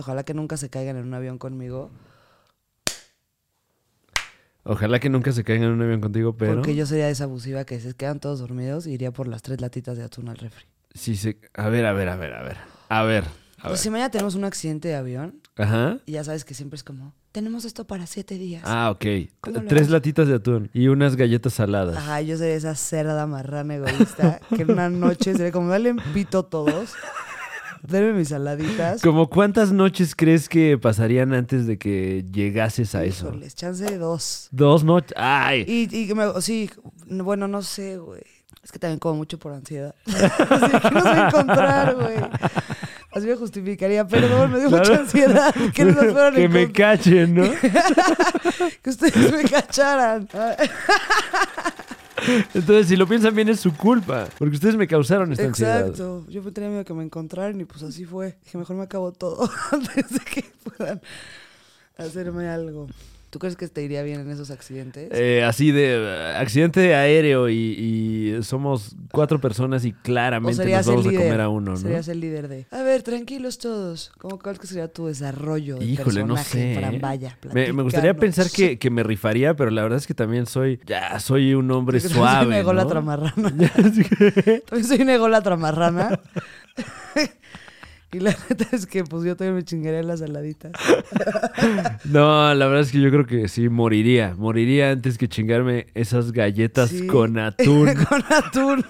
ojalá que nunca se caigan en un avión conmigo. Ojalá que nunca se caigan en un avión contigo, pero. Porque yo sería esa abusiva que se quedan todos dormidos y iría por las tres latitas de atún al refri. Sí, se... A ver, a ver, a ver, a ver. A ver. A ver. Pues si mañana tenemos un accidente de avión, Ajá. y ya sabes que siempre es como, tenemos esto para siete días. Ah, ok. ¿Cómo lo Tres haces? latitas de atún y unas galletas saladas. Ajá, yo sería esa cerda marrana egoísta que en una noche sería como, dale un pito a todos, denme mis saladitas. ¿Como cuántas noches crees que pasarían antes de que llegases a eso? Híjoles, chance de dos. Dos noches. ¡Ay! Y, y que me- sí, no, bueno, no sé, güey. Es que también como mucho por ansiedad. Así que no sé encontrar, güey. Así me justificaría, perdón, me dio Claro. mucha ansiedad que no nos fueran a que me encont- cachen, ¿no? que ustedes me cacharan. Ah, Entonces, si lo piensan bien, es su culpa. Porque ustedes me causaron esta ansiedad. Exacto. Yo tenía miedo que me encontraran y pues así fue. Dije, mejor me acabo todo antes de que puedan hacerme algo. ¿Tú crees que te iría bien en esos accidentes? Eh, así de eh, accidente aéreo y, y somos cuatro personas y ¿O claramente nos serías el vamos a líder? comer a uno, ¿no? Serías el líder de. A ver, tranquilos todos. ¿Cómo cuál que sería tu desarrollo de Híjole, no sé. personaje? ¿eh? Vaya, me, me gustaría platícanos. pensar que, que me rifaría, pero la verdad es que también soy. Ya, soy un hombre Porque también Soy una suave. ególatra ¿no? marrana. Así que- También soy una ególatra marrana. y la neta es que pues yo también me chingaría las saladitas. no, la verdad es que yo creo que sí, moriría. Moriría antes que chingarme esas galletas Sí. con atún. con atún.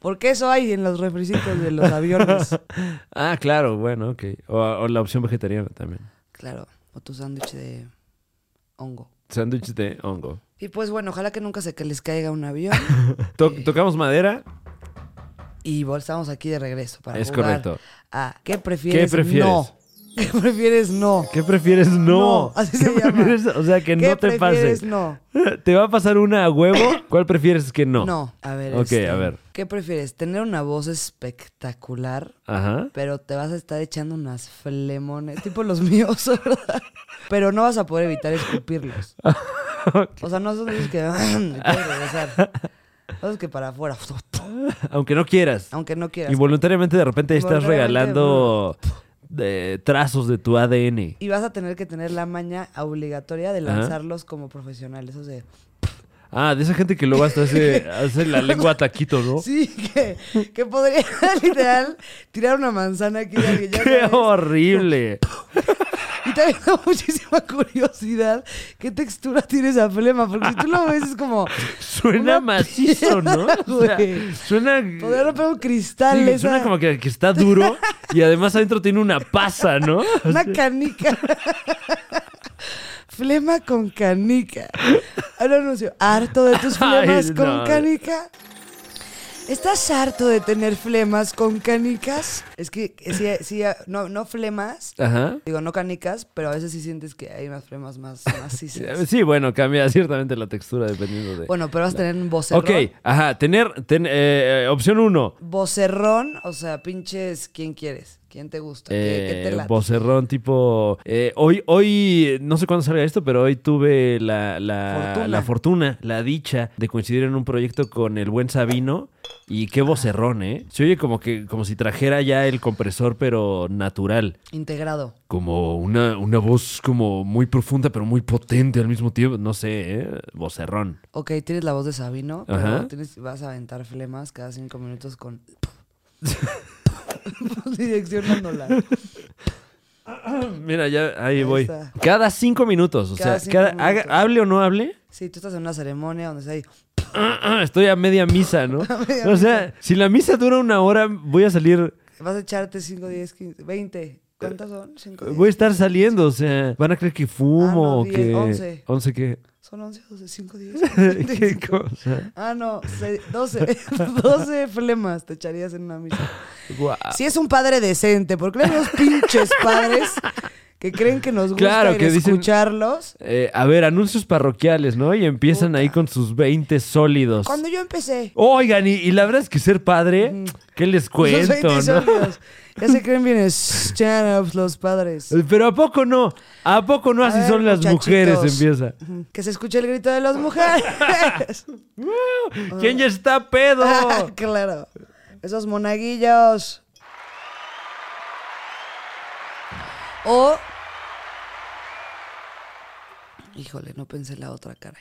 Porque eso hay en los refricitos de los aviones. ah, claro, bueno, ok. O, o la opción vegetariana también. Claro, o tu sándwich de hongo. Sándwich de hongo. Y pues bueno, ojalá que nunca se que les caiga un avión. To- tocamos madera, Y bueno, estamos aquí de regreso para es jugar correcto. a Ah, ¿qué prefieres? ¿Qué prefieres? No. ¿Qué prefieres? No. ¿Qué prefieres? No. No, así ¿Qué se llama. prefieres? O sea, que no ¿Qué te prefieres? pase. No. ¿Te va a pasar una a huevo? ¿Cuál prefieres que no? No. A ver. Ok, este, a ver. ¿Qué prefieres? ¿Tener una voz espectacular Ajá. pero te vas a estar echando unas flemones, tipo los míos, ¿verdad? Pero no vas a poder evitar escupirlos. O sea, no son esos que y puedes regresar. Esos que para afuera, Aunque no quieras. aunque no quieras. Involuntariamente de repente estás Involuntariamente, regalando eh, trazos de tu ADN. Y vas a tener que tener la maña obligatoria de Ajá. lanzarlos como profesionales. O sea, Ah, de esa gente que luego hasta hace, hace la lengua a taquito, ¿no? sí, que, que podría literal tirar una manzana aquí de alguien. ya ¡Qué sabes. horrible! Y también me da muchísima curiosidad qué textura tiene esa flema, porque si tú lo ves es como... Suena Una macizo, ¿no? O sea, güey. suena... Podría romper un sí, cristal esa- suena como que, que está duro y además adentro tiene una pasa, ¿no? Una canica. Flema con canica. Ah, Ahora anuncio, harto de tus Ay, flemas con no. canica. ¿Estás harto de tener flemas con canicas? Es que eh, sí, sí, ah, no, no flemas, Ajá. digo no canicas, pero a veces sí sientes que hay unas flemas más macizas. Sí, bueno, cambia ciertamente la textura dependiendo de... Bueno, pero vas a tener un vocerrón. ok, ajá, tener... ten- eh, eh, opción uno. Vocerrón, o sea, pinches, ¿quién quieres? ¿Quién te gusta? ¿Qué, qué te Eh, late? vocerrón tipo eh, hoy hoy no sé cuándo salga esto pero hoy tuve la, la, Fortuna. la fortuna la dicha de coincidir en un proyecto con el buen Sabino y Ah. qué vocerrón eh se oye como que como si trajera ya el compresor pero natural Integrado. como una, una voz como muy profunda pero muy potente al mismo tiempo no sé eh, vocerrón Ok, tienes la voz de Sabino, Ajá. pero tienes, vas a aventar flemas cada cinco minutos con... direccionándola. mira ya ahí, voy Mm. está. cada cinco minutos o Cada sea cinco cada- haga- minutos. hable o no hable Sí, tú estás en una ceremonia donde se hay... Estoy a media misa, ¿no? media o sea, si la misa dura una hora, voy a salir, Vas a echarte 5, 10, 15, 20. ¿Cuántas son? 5, voy a estar saliendo, o sea, van a creer que fumo Ah, no, o diez, que... once. ¿Once qué? Son 11, 12, 5, 10. ¿Qué cosa? Ah, no, se- 12. 12 flemas te echarías en una misa. Guau. Si es un padre decente, porque hay unos pinches padres que creen que nos gusta Claro, ir que a dicen- escucharlos. Eh, a ver, anuncios parroquiales, ¿no? Y empiezan ahí con sus 20 sólidos. Cuando yo empecé... Oigan, y, y la verdad es que ser padre, ¿qué les Los cuento, 20 no? sólidos. Ya se creen bien stand-ups los padres. Pero ¿a poco no? ¿A poco no A así ver, son las mujeres? muchachitos. Empieza. Ujú. Que se escuche el grito de las mujeres. ¿Quién ya está pedo? Ah, claro. Esos monaguillos. O. Híjole, no pensé la otra cara.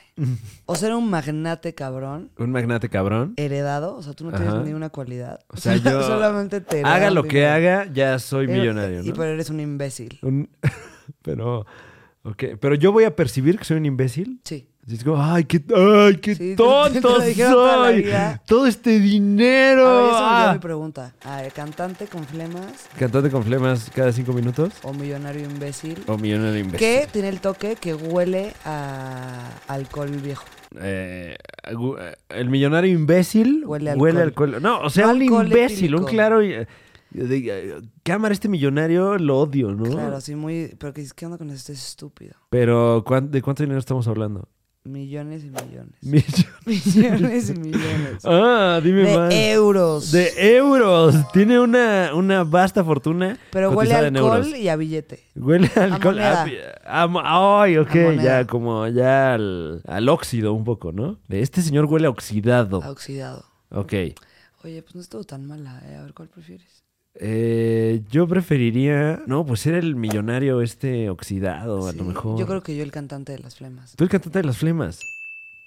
O ser un magnate cabrón, Un magnate cabrón. heredado. O sea, tú no tienes Ajá. ni una cualidad. O sea, yo- solamente te heredan Haga lo que dinero. haga, ya soy Pero- millonario, Y ¿no? pero eres un imbécil. Un- Pero, ok. Pero yo voy a percibir que soy un imbécil. Sí. Así es como, ay, qué, ay, qué Sí, te- te lo tonto dijeron toda la soy. vida. Todo este A dinero. ver, esa sería ah". mi pregunta. A ver, ¿Cantante con flemas Cantante con flemas cada cinco minutos. o millonario imbécil? O millonario imbécil. Que tiene el toque que huele a alcohol viejo. Eh, agu- eh, el millonario imbécil Huele a huele alcohol. alcohol. No, o sea, No un alcohol imbécil, un etílico. claro. eh, de- eh, Cámara, este millonario lo odio, ¿no? Claro, así muy. Pero que dices, ¿qué onda con este estúpido? Pero, ¿cuán- ¿de cuánto dinero estamos hablando? Millones y millones. Millo- millones y millones. Ah, dime más. De euros. de euros. Tiene una, una vasta fortuna. pero huele a cotizada en alcohol euros. y a billete. Huele a alcohol. moneda. Ah, pi- ah, mo- Ay, ok, A moneda. ya, como ya al, al óxido un poco, ¿no? Este señor huele a oxidado. A oxidado. Ok. Oye, pues no estuvo tan mala, ¿eh? A ver, ¿cuál prefieres? Eh, yo preferiría. No, pues era el millonario este oxidado, a Sí, lo mejor. Yo creo que yo el cantante de las flemas. Tú el cantante de las flemas.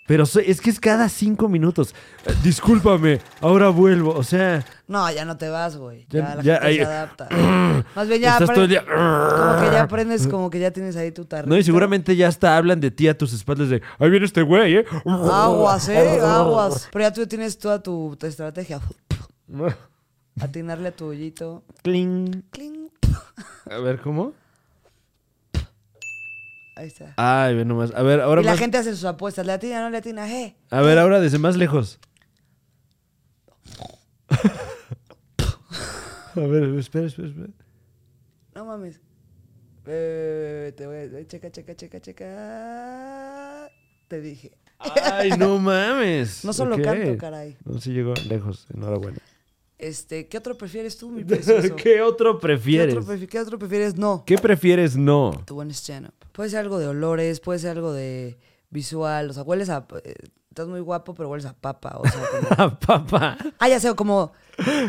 Pero soy- es que es cada cinco minutos. Eh, discúlpame, ahora vuelvo. O sea, No, ya no te vas, güey. Ya- Ya, la ya, gente ahí- se adapta. Más bien ya estás todo aprendes. el día. Como que ya aprendes, como que ya tienes ahí tu tarrito. No, y seguramente ya hasta hablan de ti a tus espaldas de. Ahí viene este güey, ¿eh? Aguas, eh, aguas. Pero ya tú tienes toda tu, tu estrategia. Atinarle a tu hoyito. Cling. Cling. A ver, ¿cómo? Ahí está. Ay, ve nomás. A ver, ahora Y la más- gente hace sus apuestas. ¿Le atina no le atina? ¡Eh! A ver, ahora desde más lejos. A ver, espera, espera, espera. No mames. Eh, te voy a... eh, Checa, checa, checa, checa. Te dije. Ay, no mames. No solo Ok. canto, caray. No, sí llegó lejos. Enhorabuena. Este, ¿qué otro prefieres tú, mi precioso? ¿Qué otro ¿Qué prefieres? otro, prefi- qué otro prefieres? No. ¿Qué prefieres no? Tu buen stand-up. Puede ser algo de olores, puede ser algo de visual. O sea, hueles a... eh, Estás muy guapo, pero hueles a papa. O sea, como- A papa. Ah, ya sé, como...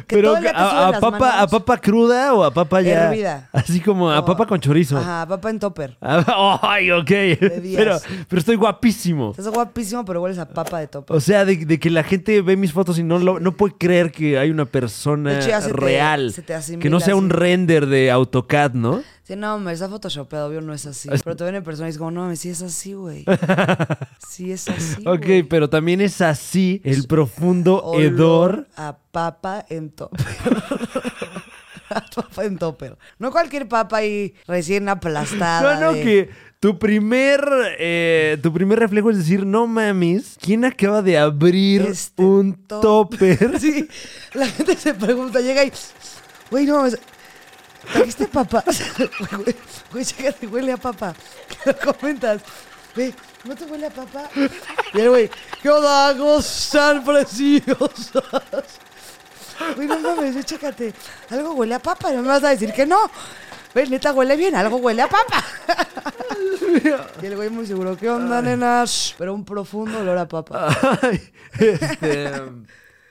Que todo el día te a, sudan a las papa, ¿a manos. papa cruda o a papa ya? Hervida. Así como a Como- papa con chorizo. Ajá, papa en topper. Ah, Ay, ok. días. Pero, pero estoy guapísimo. Estás guapísimo, pero hueles a papa de topper. O sea, de, de que la gente ve mis fotos y no, lo- no puede creer que hay una persona De hecho, ya se te- real. se te asimila que no sea un así. render de AutoCAD, ¿no? Sí, no, me está photoshopeado, obvio, no es así. Así- Pero te ven en persona y es como, no, mames, sí es así, güey. Sí es así, ok, güey. pero también es así el profundo Olor hedor. a papa en topper. a papa en topper. No cualquier papa ahí recién aplastada. No, no, de- que tu primer, eh, tu primer reflejo es decir, no mames, ¿quién acaba de abrir Este un to- topper? Sí, la gente se pregunta, llega y... Güey, no, mames, ¿trajiste papa? Güey, Güey, chécate, huele a papa. Que lo comentas. Ve, ¿no te huele a papa? Y el güey, ¿qué onda? ¿Cómo están preciosos? Güey, no mames, ve, chécate. Algo huele a papa, no me vas a decir que no. Ve, neta, huele bien, algo huele a papa. Y el güey muy seguro, ¿qué onda, nenas? Pero un profundo olor a papa. Ay, este,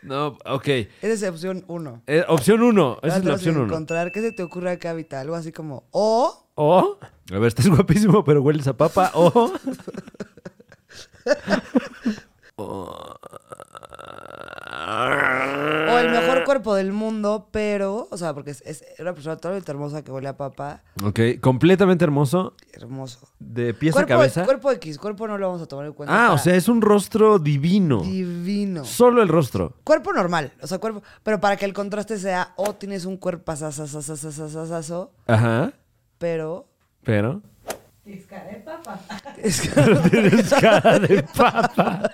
no, ok. Esa es opción uno. Eh, opción uno, esa es la Tratas de opción uno. encontrar qué se te ocurre acá, Vita. Algo así como, o O, a ver, estás guapísimo, pero hueles a papa. O, o el mejor cuerpo del mundo, pero, o sea, porque es, es una persona totalmente hermosa que huele a papa. ok, completamente hermoso, Hermoso. de pies a cuerpo, cabeza. cuerpo X, cuerpo no lo vamos a tomar en cuenta. Ah, o para- sea, es un rostro divino. Divino. Solo el rostro. Cuerpo normal, o sea, cuerpo. Pero para que el contraste sea, o tienes un cuerpo asasasasasasasaso, Ajá, pero. pero... Es que no Tienes tienes cara cara de papa. de papa.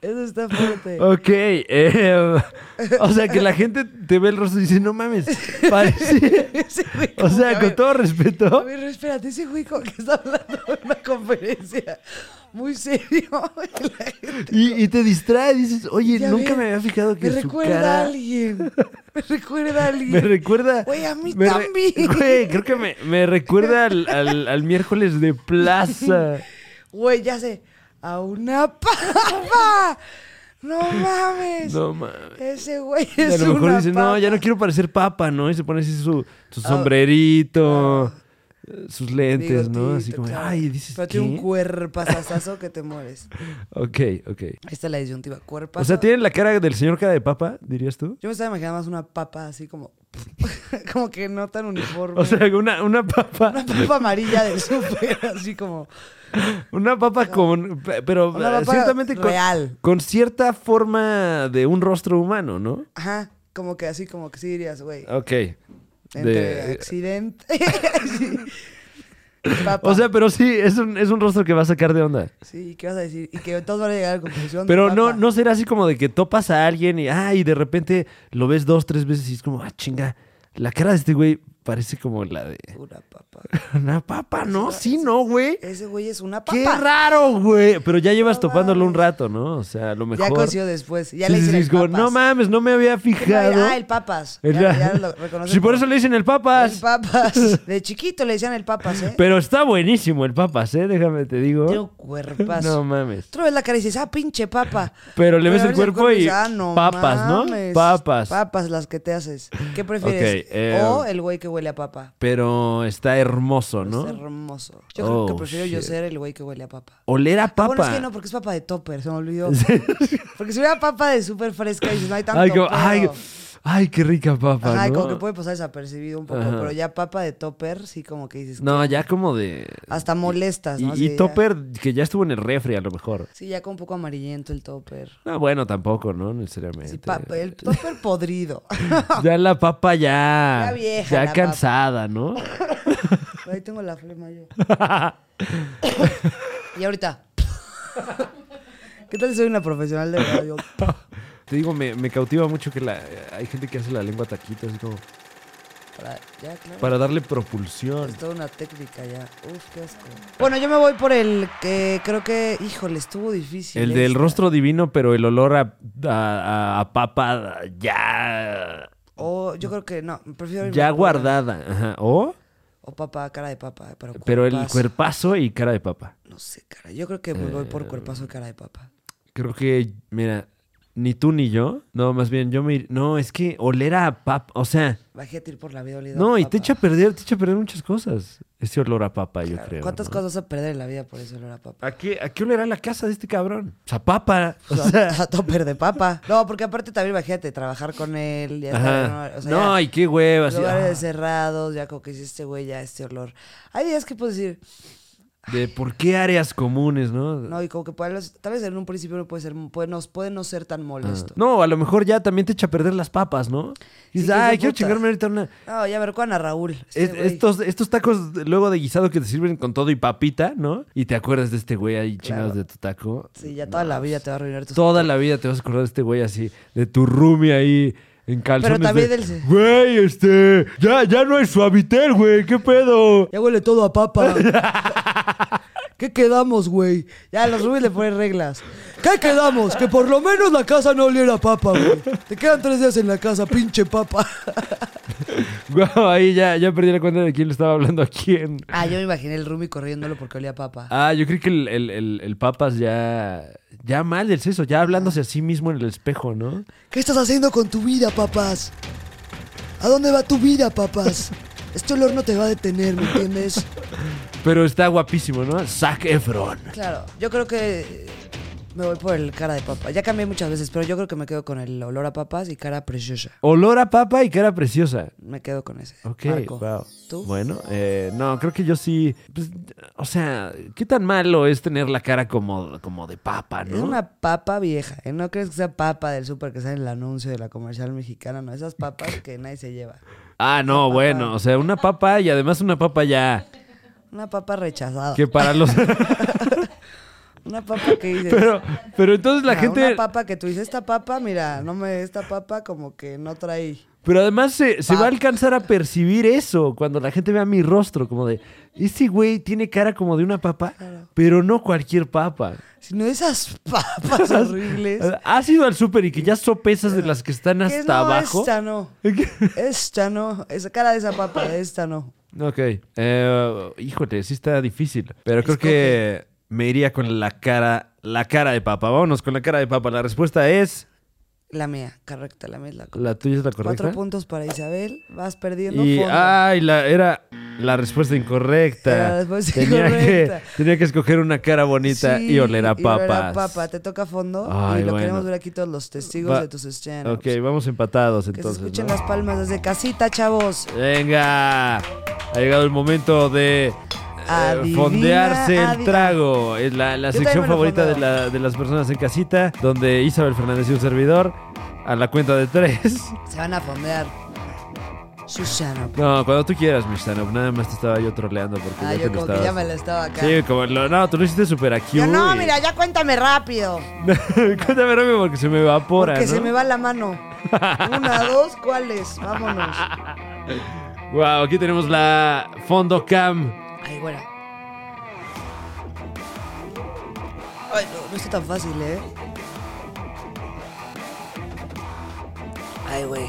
Eso está fuerte. Ok. eh, o sea, que la gente te ve el rostro y dice, no mames, parece... Ese güey O como que, sea, a con ver, todo A respeto... ver, espérate, ese güey como que está hablando en una conferencia muy serio. y la gente Y, y te distrae, dices, oye, Ya nunca ves, me había fijado que me su recuerda a cara... alguien. Me recuerda a alguien. Me recuerda... Güey, a mí me re- también. Güey, creo que me, me recuerda al, al- al miércoles de plaza. Güey, ya sé. A una papa. ¡No mames! No mames. Ese güey Y es a lo mejor una dice, no, papa". Ah, ya no quiero parecer papa, ¿no? Y se pone así su, su sombrerito, eh, sus lentes, ¿no? Así Bigotito, como, claro. ay, dices, Pero ¿qué? tiene un cuerpazazazo que te mueres. Ok, ok. Ahí está la disyuntiva. Cuerpazo. O sea, ¿tiene la cara del señor cara de papa, dirías tú? Yo me estaba imaginando más una papa así como... como que no tan uniforme. O sea, una, una papa, una papa amarilla de súper, así como... una papa con, pero Una papa ciertamente con, real. con cierta forma de un rostro humano, ¿no? Ajá, como que así, como que sí dirías, güey. Ok. Entre De- accidente. sí. Papa. O sea, pero sí, es un, es un rostro que va a sacar de onda. Sí, ¿qué vas a decir? Y que todos van a llegar a la conclusión. de Pero no, papa. no será así como de que topas a alguien y, ah, y de repente lo ves dos, tres veces y es como, ah, chinga, la cara de este güey parece como la de Una papa. una papa, ¿no? Sí, no, güey. Ese güey es una papa. Qué raro, güey. Pero ya llevas topándolo un rato, ¿no? O sea, a lo mejor. Ya coincidió después. Ya Sí, le sí, dicen sí, el es como, no papas. mames, no me había Que no fijado. era- Ah, el papas. El- Ya, ya lo reconocen Sí, por como eso le dicen el El papas. papas. De chiquito le decían el papas, ¿eh? Pero está buenísimo el papas, ¿eh? Déjame te Tiene un digo. No cuerpazo. mames. Otra vez la cara y dices, ah, pinche papa. Pero le ves el abres cuerpo y dices, "Ah, papas, ¿no? mames. Papas. Papas las que te haces. ¿Qué prefieres? Ok, eh, o el güey que huele a papa. Pero está hermoso, Es ¿no? hermoso. Yo Oh, creo que prefiero yo shit. ser el güey que huele a papa. Oler a Ah, papa. Bueno, es que no, porque es papa de topper, se me olvidó. Porque si hubiera papa de súper fresca y dices, no hay tanto ay, como- pedo. ay, ay, qué rica papa, Ajá, y ¿no? como que puede pasar desapercibido un poco, Ajá. pero ya papa de topper, sí como que dices, No, ya como de... hasta molestas, Y, ¿no? y Así de, topper que ya estuvo en el refri a lo mejor. ah, Sí, ya con un poco amarillento el topper. No, bueno, tampoco, ¿no? Necesariamente. Sí, papa, eh. el topper podrido. Ya la papa ya... Ya vieja ya la papa. cansada, ¿no? Ahí tengo la flema yo. y ahorita. ¿Qué tal si soy una profesional de radio? Te digo, me, me cautiva mucho que la, eh, hay gente que hace la lengua taquito, así como... Para, ya, claro. Para darle propulsión. Es toda una técnica ya. Uf, qué asco. Bueno, yo me voy por el que creo que, híjole, estuvo difícil. ¿eh? el del esta. rostro divino, pero el olor a, a- a- a papa ya... O yo creo que no, prefiero irme Ya por- guardada. Ajá. ¿O? O papa, cara de papa. Pero, Pero el cuerpazo. cuerpazo y cara de papa. No sé, cara. Yo creo que me voy Eh. por cuerpazo y cara de papa. Creo que, mira, ni tú ni yo. No, más bien, yo me... ir- No, es que oler a papa, o sea... Bajé a ir por la vida oliendo a No, y te papa. echa a perder, te echa a perder muchas cosas. Ese olor a papa, yo creo. ¿Cuántas ¿no? cosas vas a perder en la vida por ese olor a papa? ¿A qué, ¿A qué olerá la casa de este cabrón? O sea, papa. O O sea, sea, a topper de papa. No, porque aparte también imagínate, trabajar con él, ya ajá. está, ¿no? O sea, no, ya, y qué hueva. así, ah, lugares cerrados, ya como que dices, este güey, ya este olor. Hay días que puedes decir, ah, de por qué áreas comunes, ¿no? no, y como que puede- tal vez en un principio no puede ser, puede, no, puede no ser tan molesto. Ah. No, a lo mejor ya también te echa a perder las papas, ¿no? Y Sí, que dices, ay, dices, quiero puta. chingarme ahorita una... No, ya me recuerdan a Raúl. este Es- güey. estos, estos tacos de- luego de guisado que te sirven con todo y papita, ¿no? Y te acuerdas de este güey ahí chingados de tu taco. Sí, ya toda la vida te va a arruinar tus... Toda la vida te vas a acordar de este güey así, de tu roomie ahí en calzones. también de, del- Güey, este, ya, ya no es suavitel, güey, ¿qué pedo? Ya huele todo a papa. ¿Qué quedamos, güey? Ya los rubis le ponen reglas. ¿Qué quedamos? Que por lo menos la casa no oliera a papa, güey. Te quedan tres días en la casa, pinche papa. Guau, ahí ya, ya perdí la cuenta de quién le estaba hablando a quién. Ah, yo me imaginé el Rumi corriéndolo porque olía a papa. Ah, yo creo que el, el- el- el papas ya, ya mal del seso, ya hablándose a sí mismo en el espejo, ¿no? ¿Qué estás haciendo con tu vida, papas? ¿A dónde va tu vida, papas? Este olor no te va a detener, ¿me entiendes? Pero está guapísimo, ¿no? Zac Efron. Claro, yo creo que eh, me voy por el cara de papa. Ya cambié muchas veces, pero yo creo que me quedo con el olor a papas y cara preciosa. Olor a papa y cara preciosa. Me quedo con ese. Ok, Marco. wow. ¿Tú? Bueno, eh, no, creo que yo sí. pues, o sea, ¿qué tan malo es tener la cara como, como de papa, no? Es una papa vieja, ¿eh? No crees que sea papa del súper que sale en el anuncio de la comercial mexicana, no. Esas papas que nadie se lleva. Ah, no, bueno, o sea, una papa y además una papa ya. Una papa rechazada. Que para los. Una papa que dices. pero, pero entonces la "Ah, gente. Una papa que tú dices, esta papa, mira, no me. Esta papa como que no trae. Pero además se, se va a Papa. alcanzar a percibir eso cuando la gente vea mi rostro, como de. Ese güey tiene cara como de una papa, pero no cualquier papa. Sino esas papas horribles. ¿Has ido al súper y que ya sopesas de las que están Que hasta no, abajo? Esta no. Esta no. Esa cara de esa papa, esta no. Ok. Eh, híjole, sí está difícil. Pero creo que me iría con la cara, la cara de papa. Vámonos con la cara de papa. La respuesta es, La mía, correcta, la mía es la correcta. la tuya es la correcta. Cuatro puntos para Isabel. Vas perdiendo Y, ah, fondo. ay, la, era la respuesta incorrecta. Era la respuesta tenía incorrecta. Que, tenía que escoger una cara bonita Sí, y oler a oler papas. papa. Te toca fondo. Ay, y lo bueno. queremos ver aquí todos los testigos Va- de tus stand Ok, vamos empatados Que se entonces. escuchen ¿no? las palmas desde casita, chavos. Venga, ha llegado el momento de eh, Adivina, fondearse el adi- trago. Es la, la Yo sección también me lo favorita de, fondeo. la- de las personas en casita, donde Isabel Fernández y un servidor, a la cuenta de tres. Se van a fondear. Susana. No, cuando tú quieras, Mishtanov. Nada más te estaba yo troleando porque Ah, yo ya te lo como estabas. que ya me la estaba acá. Sí, como lo- no, tú lo hiciste súper aquí. Yo, no, mira, ya cuéntame rápido. Cuéntame, Romy, porque se me evapora. porque se ¿no? me va la mano. Una, dos, ¿cuáles? Vámonos. Wow, aquí tenemos la fondo cam. Ay, güera. Ay, no, no está tan fácil, ¿eh? Ay, güey.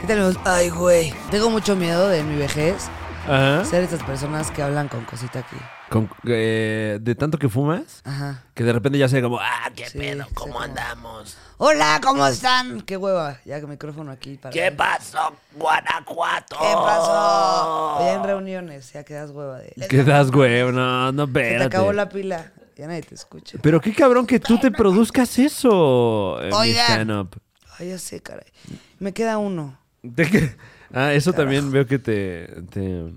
¿Qué tenemos? Ay, güey. Tengo mucho miedo de mi vejez Ajá. ser estas personas que hablan con cosita aquí. Con- eh, de tanto que fumas, Ajá. que de repente ya sea como, ah, qué Sí, pedo, sí, ¿cómo como- andamos? Hola, ¿cómo están? Qué hueva. Ya que micrófono aquí para. ¿Qué pasó, Guanajuato? ¿Qué Oh. pasó? Ya en reuniones, ya quedas hueva de. ¿Qué das, güey? No, no, Se espérate. te acabó la pila. Ya nadie te escucha. Pero qué cabrón que tú te produzcas eso, eh, mi Oigan. stand-up. Ay, ya sé, caray. Me queda uno. ¿De qué? Ah, eso también veo que te... te...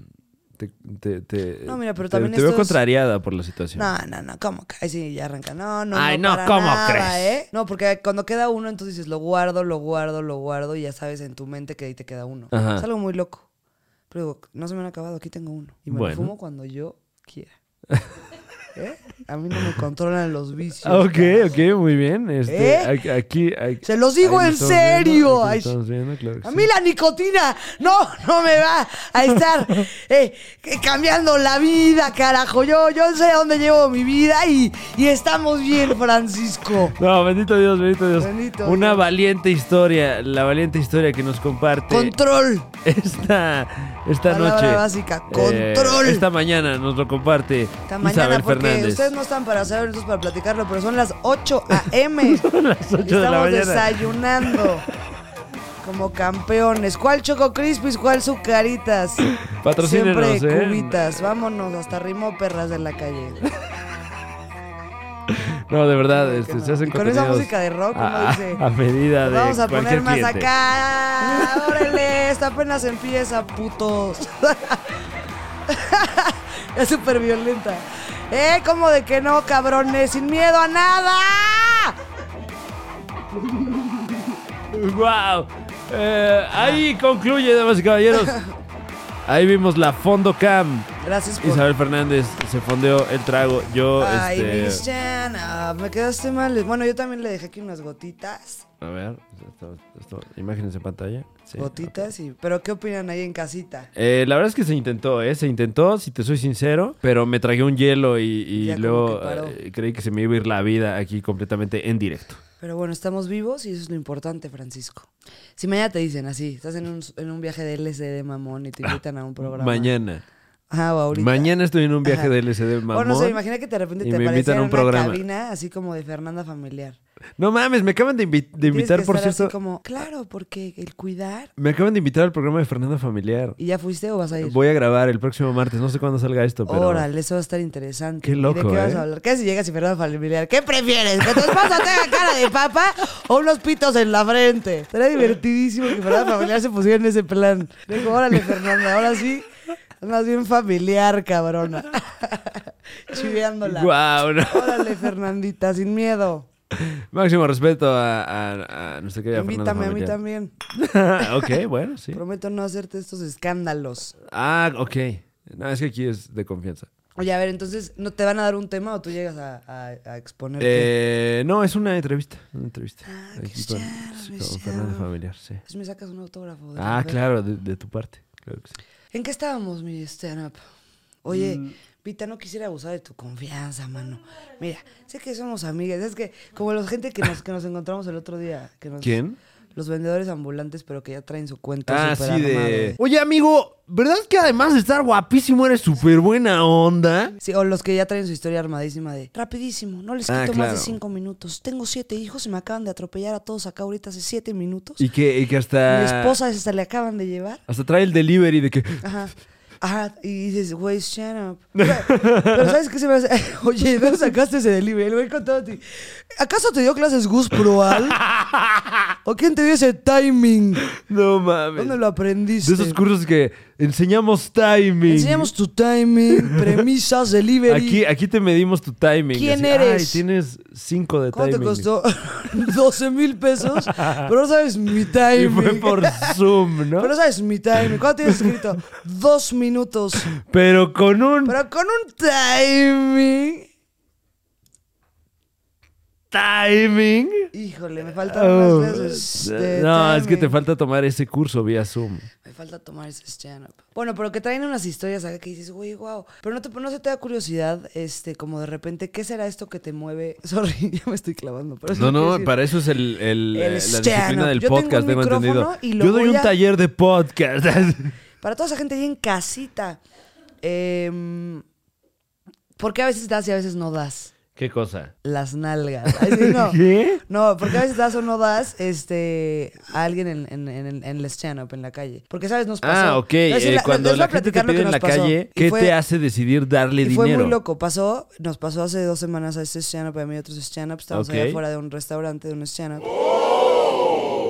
Te, te- te- No, mira, pero te- también te veo esto es- contrariada por la situación. No, no, no, ¿cómo? que? Ay, sí, ya arranca. No, no, Ay, no, para ¿cómo nada, crees? ¿eh? No, porque cuando queda uno, entonces dices, lo guardo, lo guardo, lo guardo, y ya sabes en tu mente que ahí te queda uno. Ajá. Es algo muy loco. Pero digo, no se me han acabado, aquí tengo uno. Y me Bueno. lo fumo cuando yo quiera. ¿Eh? A mí no me controlan los vicios. Ah, Ok, ok, muy bien. Este, ¿Eh? aquí, aquí- aquí- Se los digo ahí lo en estamos viendo, serio. aquí lo Ay, estamos viendo, claro que A sí. mí la nicotina no, no me va a estar eh, que- cambiando la vida, carajo. Yo, yo sé a dónde llevo mi vida y, y estamos bien, Francisco. No, bendito Dios, bendito Dios. Bendito Una Dios. valiente historia, la valiente historia que nos comparte Control. esta, esta Palabra noche. básica, Eh, control. esta mañana nos lo comparte Esta Isabel mañana, porque Fernández. ustedes no están para saber, nosotros para platicarlo, pero son las 8 a.m. Las ocho de la Estamos mañana. desayunando como campeones. ¿Cuál Choco Crispis? ¿Cuál Zucaritas? Patrocínenos, Siempre ¿eh? cubitas. Vámonos, hasta rimó perras de la calle. No, de verdad, que este, no. se hacen Y con esa contenidos música de rock, uno a, dice, a medida de Vamos a cualquier poner más cliente. acá. Órale, esta apenas empieza, putos. es súper violenta. ¿Eh? como de que no, cabrones? ¡Sin miedo a nada! ¡Wow! Eh, ahí concluye, damas y caballeros. Ahí vimos la Fondo Cam. Gracias por... Isabel Fernández se fondeó el trago. Yo, Ay, Miss este. Chan, ah, me quedaste mal. Bueno, yo también le dejé aquí unas gotitas. A ver, esto- esto- imágenes en pantalla. Sí. gotitas y... ¿Pero qué opinan ahí en casita? Eh, la verdad es que se intentó, ¿eh? Se intentó, si te soy sincero, pero me tragué un hielo y, y Ya como luego que paró. eh, creí que se me iba a ir la vida aquí completamente en directo. Pero bueno, estamos vivos y eso es lo importante, Francisco. Si mañana te dicen así, estás en un, en un viaje de LSD mamón y te invitan a un programa. Ah, Mañana. Ah, o ahorita. Mañana estoy en un viaje Ajá. de LSD mamón. Bueno, no sé, imagina que de repente y te me invitan apareciera a un una programa. cabina así como de Fernanda Familiar. No mames, me acaban de, invi- Tienes de que invitar, por estar cierto. así como, claro, porque el cuidar... Me acaban de invitar al programa de Fernanda Familiar. ¿Y ya fuiste o vas a ir? Voy a grabar el próximo martes, no sé cuándo salga esto, pero. Órale, eso va a estar interesante. Qué ¿Y loco, ¿De qué vas ¿eh? a hablar? ¿Qué si llegas y Fernanda Familiar? ¿Qué prefieres? ¿Que tu esposa tenga cara de papa o unos pitos en la frente? Será divertidísimo que Fernanda Familiar se pusiera en ese plan. Digo, órale, Fernanda, ahora sí. Más bien familiar, cabrona. Chiveándola. Guau, no. Órale, Fernandita, sin miedo. Máximo respeto a, a- a nuestra querida Invítame a mí Fernanda también. Familiar. ok, bueno, sí. Prometo no hacerte estos escándalos. Ah, ok. No, es que aquí es de confianza. Oye, a ver, entonces, ¿no te van a dar un tema o tú llegas a, a- a exponerte? Eh, no, es una entrevista. Una entrevista. Ah, Aquí qué con, chavo, sí, qué Pues, con Fernanda chavo. Familiar, sí. Entonces Pues me sacas un autógrafo. de Ah, Fernanda. claro, de, de tu parte. Claro que sí. ¿En qué estábamos, mi stand-up? Oye, Vita, no quisiera abusar de tu confianza, mano. Mira, sé que somos amigas. Es que, como la gente que nos, que nos encontramos el otro día. Que nos, ¿Quién? los vendedores ambulantes, pero que ya traen su cuenta Ah, súper sí, armada, de... güey. Oye, amigo, ¿verdad que además de estar guapísimo eres súper buena onda? Sí, o los que ya traen su historia armadísima de rapidísimo, no les quito Ah, más claro. de cinco minutos. Tengo siete hijos y me acaban de atropellar a todos acá ahorita hace siete minutos. Y que, y que hasta... Mi esposa Ah, se le acaban de llevar. Hasta trae el delivery de que... Ajá. Ajá, y dices, güey, shut up. Pero, pero ¿sabes qué se me hace? Oye, ¿de ¿dónde sacaste ese delivery? El güey contándote. ¿Acaso te dio clases Gus Proal? ¿O quién te dio ese timing? No mames. ¿Dónde lo aprendiste? De esos cursos que enseñamos timing. Enseñamos tu timing, premisas, delivery. Aquí, aquí te medimos tu timing. ¿Quién Así, eres? Ay, tienes cinco de ¿Cuánto te timing. costó? 12 mil pesos. Pero no sabes mi Y timing. fue por Zoom, ¿no? Pero no sabes mi timing. ¿Cuánto tienes escrito? Dos minutos. Pero con un Pero con un timing. timing. Híjole, me faltan unas Oh. veces de no, es que te timing. falta tomar ese curso vía Zoom. Me falta tomar ese stand-up. Bueno, pero que traen unas historias acá que dices, güey, wow. Pero no, te, no se te da curiosidad, este, como de repente, ¿qué será esto que te mueve? Sorry, ya me estoy clavando. Pero eso No, quiere no, decir- para eso es el, El el- eh, la disciplina stand-up. del Yo tengo un podcast, tengo, micrófono entendido. y lo Yo doy voy un a- taller de podcast. Para toda esa gente ahí en casita. em, ¿Por qué a veces das y a veces no das? ¿Qué cosa? Las nalgas. Ay, sí, no. ¿Qué? No, porque a veces das o no das este, a alguien en, en, en, el- en el stand-up, en la calle. Porque, ¿sabes? Nos pasó. Ah, ok. Les voy a- eh, les cuando voy a la gente te platicar lo pide que nos en la pasó. calle, Y ¿qué fue- te hace decidir darle Y dinero? fue muy loco. Pasó, nos pasó hace dos semanas a este stand-up, a mí y otros stand-up. Estábamos Ok. allá afuera de un restaurante, de un stand-up.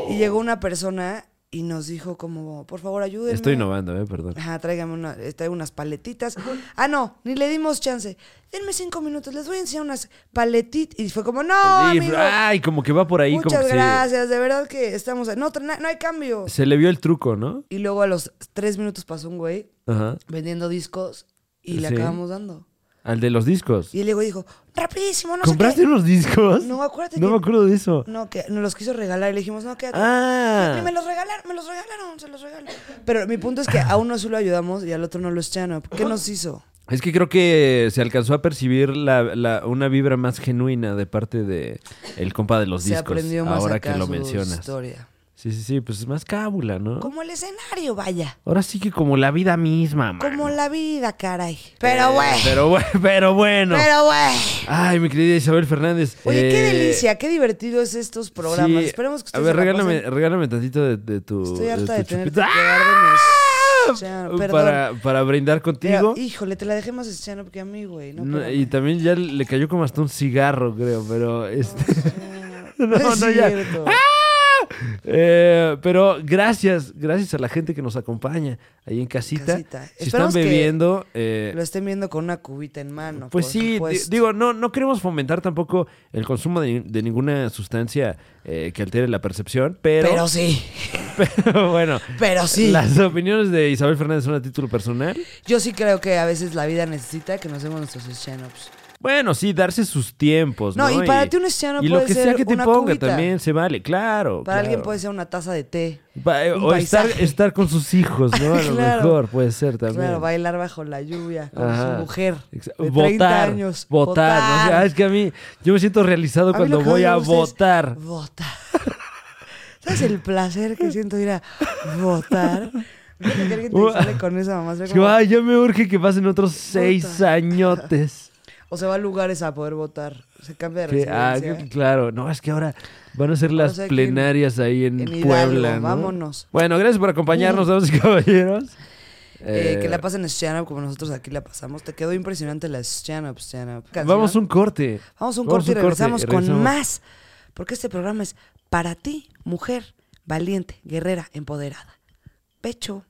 Y llegó una persona y nos dijo como, por favor, ayúdenme. Estoy innovando, eh, perdón. Ajá, tráigame una, eh, traigo unas paletitas. Ah, no, ni le dimos chance. Denme cinco minutos, les voy a enseñar unas paletitas. Y fue como, no, Sí, Oh, amigo, ay, como que va por ahí, como muchas que se- gracias, de verdad que estamos... No, tra- no hay cambio. se, le vio el truco, ¿no? Y luego a los tres minutos pasó un güey Ajá. vendiendo discos y le Sí. acabamos dando. Al de los discos. Y el güey dijo, rapidísimo, no ¿Compraste sé qué. unos discos? No, acuérdate No que- me acuerdo de eso. No, que nos los quiso regalar y le dijimos, no, quédate. Ah. Y me los regalaron, me los regalaron, se los regalaron. Pero mi punto es que a uno sí lo ayudamos y al otro no lo echan. ¿Qué nos hizo? Es que creo que se alcanzó a percibir la, la- una vibra más genuina de parte de el compa de los Se discos. aprendió más ahora acá que lo su mencionas. historia. Sí, sí, sí, pues es más cábula, ¿no? Como el escenario, vaya. Ahora sí que como la vida misma, man. Como la vida, caray. Pero güey, Pero bueno, pero bueno. pero güey. Ay, mi querida Isabel Fernández. Oye, qué eh, delicia, qué divertido es estos programas. sí. Esperemos que A ustedes ver, se la regálame, pasen. regálame tantito de, de tu. Estoy harta tu de tener que chupita. quedar de ¡Ah! mis- Ya, perdón. para, para brindar Mira, contigo. híjole, te la dejé más stand-up que a mí, güey. No, No, espérame. y también ya le cayó como hasta un cigarro, creo, pero este. No, No es no, ya. cierto. ¡Ah! Eh, pero gracias, gracias a la gente que nos acompaña ahí en casita. Casita. Si Esperamos están que bebiendo, eh, Lo estén viendo con una cubita en mano. pues por sí, di- supuesto. digo, no, no queremos fomentar tampoco el consumo de, de ninguna sustancia eh, que altere la percepción, pero, Pero sí, pero bueno, pero sí. las opiniones de Isabel Fernández son a título personal. Yo sí creo que a veces la vida necesita que nos demos nuestros stand-ups. Bueno, sí, darse sus tiempos. No, No, y para ti un stand-up Y lo puede que sea ser que te una ponga cubita. también se vale, claro. Para alguien claro. puede ser una taza de té. Va- eh, un o estar, paisaje. estar con sus hijos, ¿no? A lo Claro. mejor puede ser también. Claro, bailar bajo la lluvia con Ajá. su mujer. Exa- De 30 votar, años. votar. ¿no? O sea, es que a mí, yo me siento realizado A mí lo cuando que más voy me a gusta es votar. Votar. ¿Sabes el placer que siento de ir a votar? Yo creo que alguien te Uh, sale con esa mamá. Es que, ay, ya me urge que pasen otros seis Puta. añotes. O se va a lugares a poder votar. Se cambia de Que- ah, residencia. que- claro, no, es que ahora van a ser Ahora las sí aquí en- plenarias ahí en, en Hidalgo, Puebla. ¿no? vámonos. Bueno, gracias por acompañarnos, damas y caballeros. Eh, Eh, que la pasen stand-up como nosotros aquí la pasamos. Te quedó impresionante la stand-up, stand-up. Canción. vamos un corte. Vamos a un Vamos corte y a un corte regresamos y con regresamos. más. Porque este programa es para ti, mujer, valiente, guerrera, empoderada. Pecho.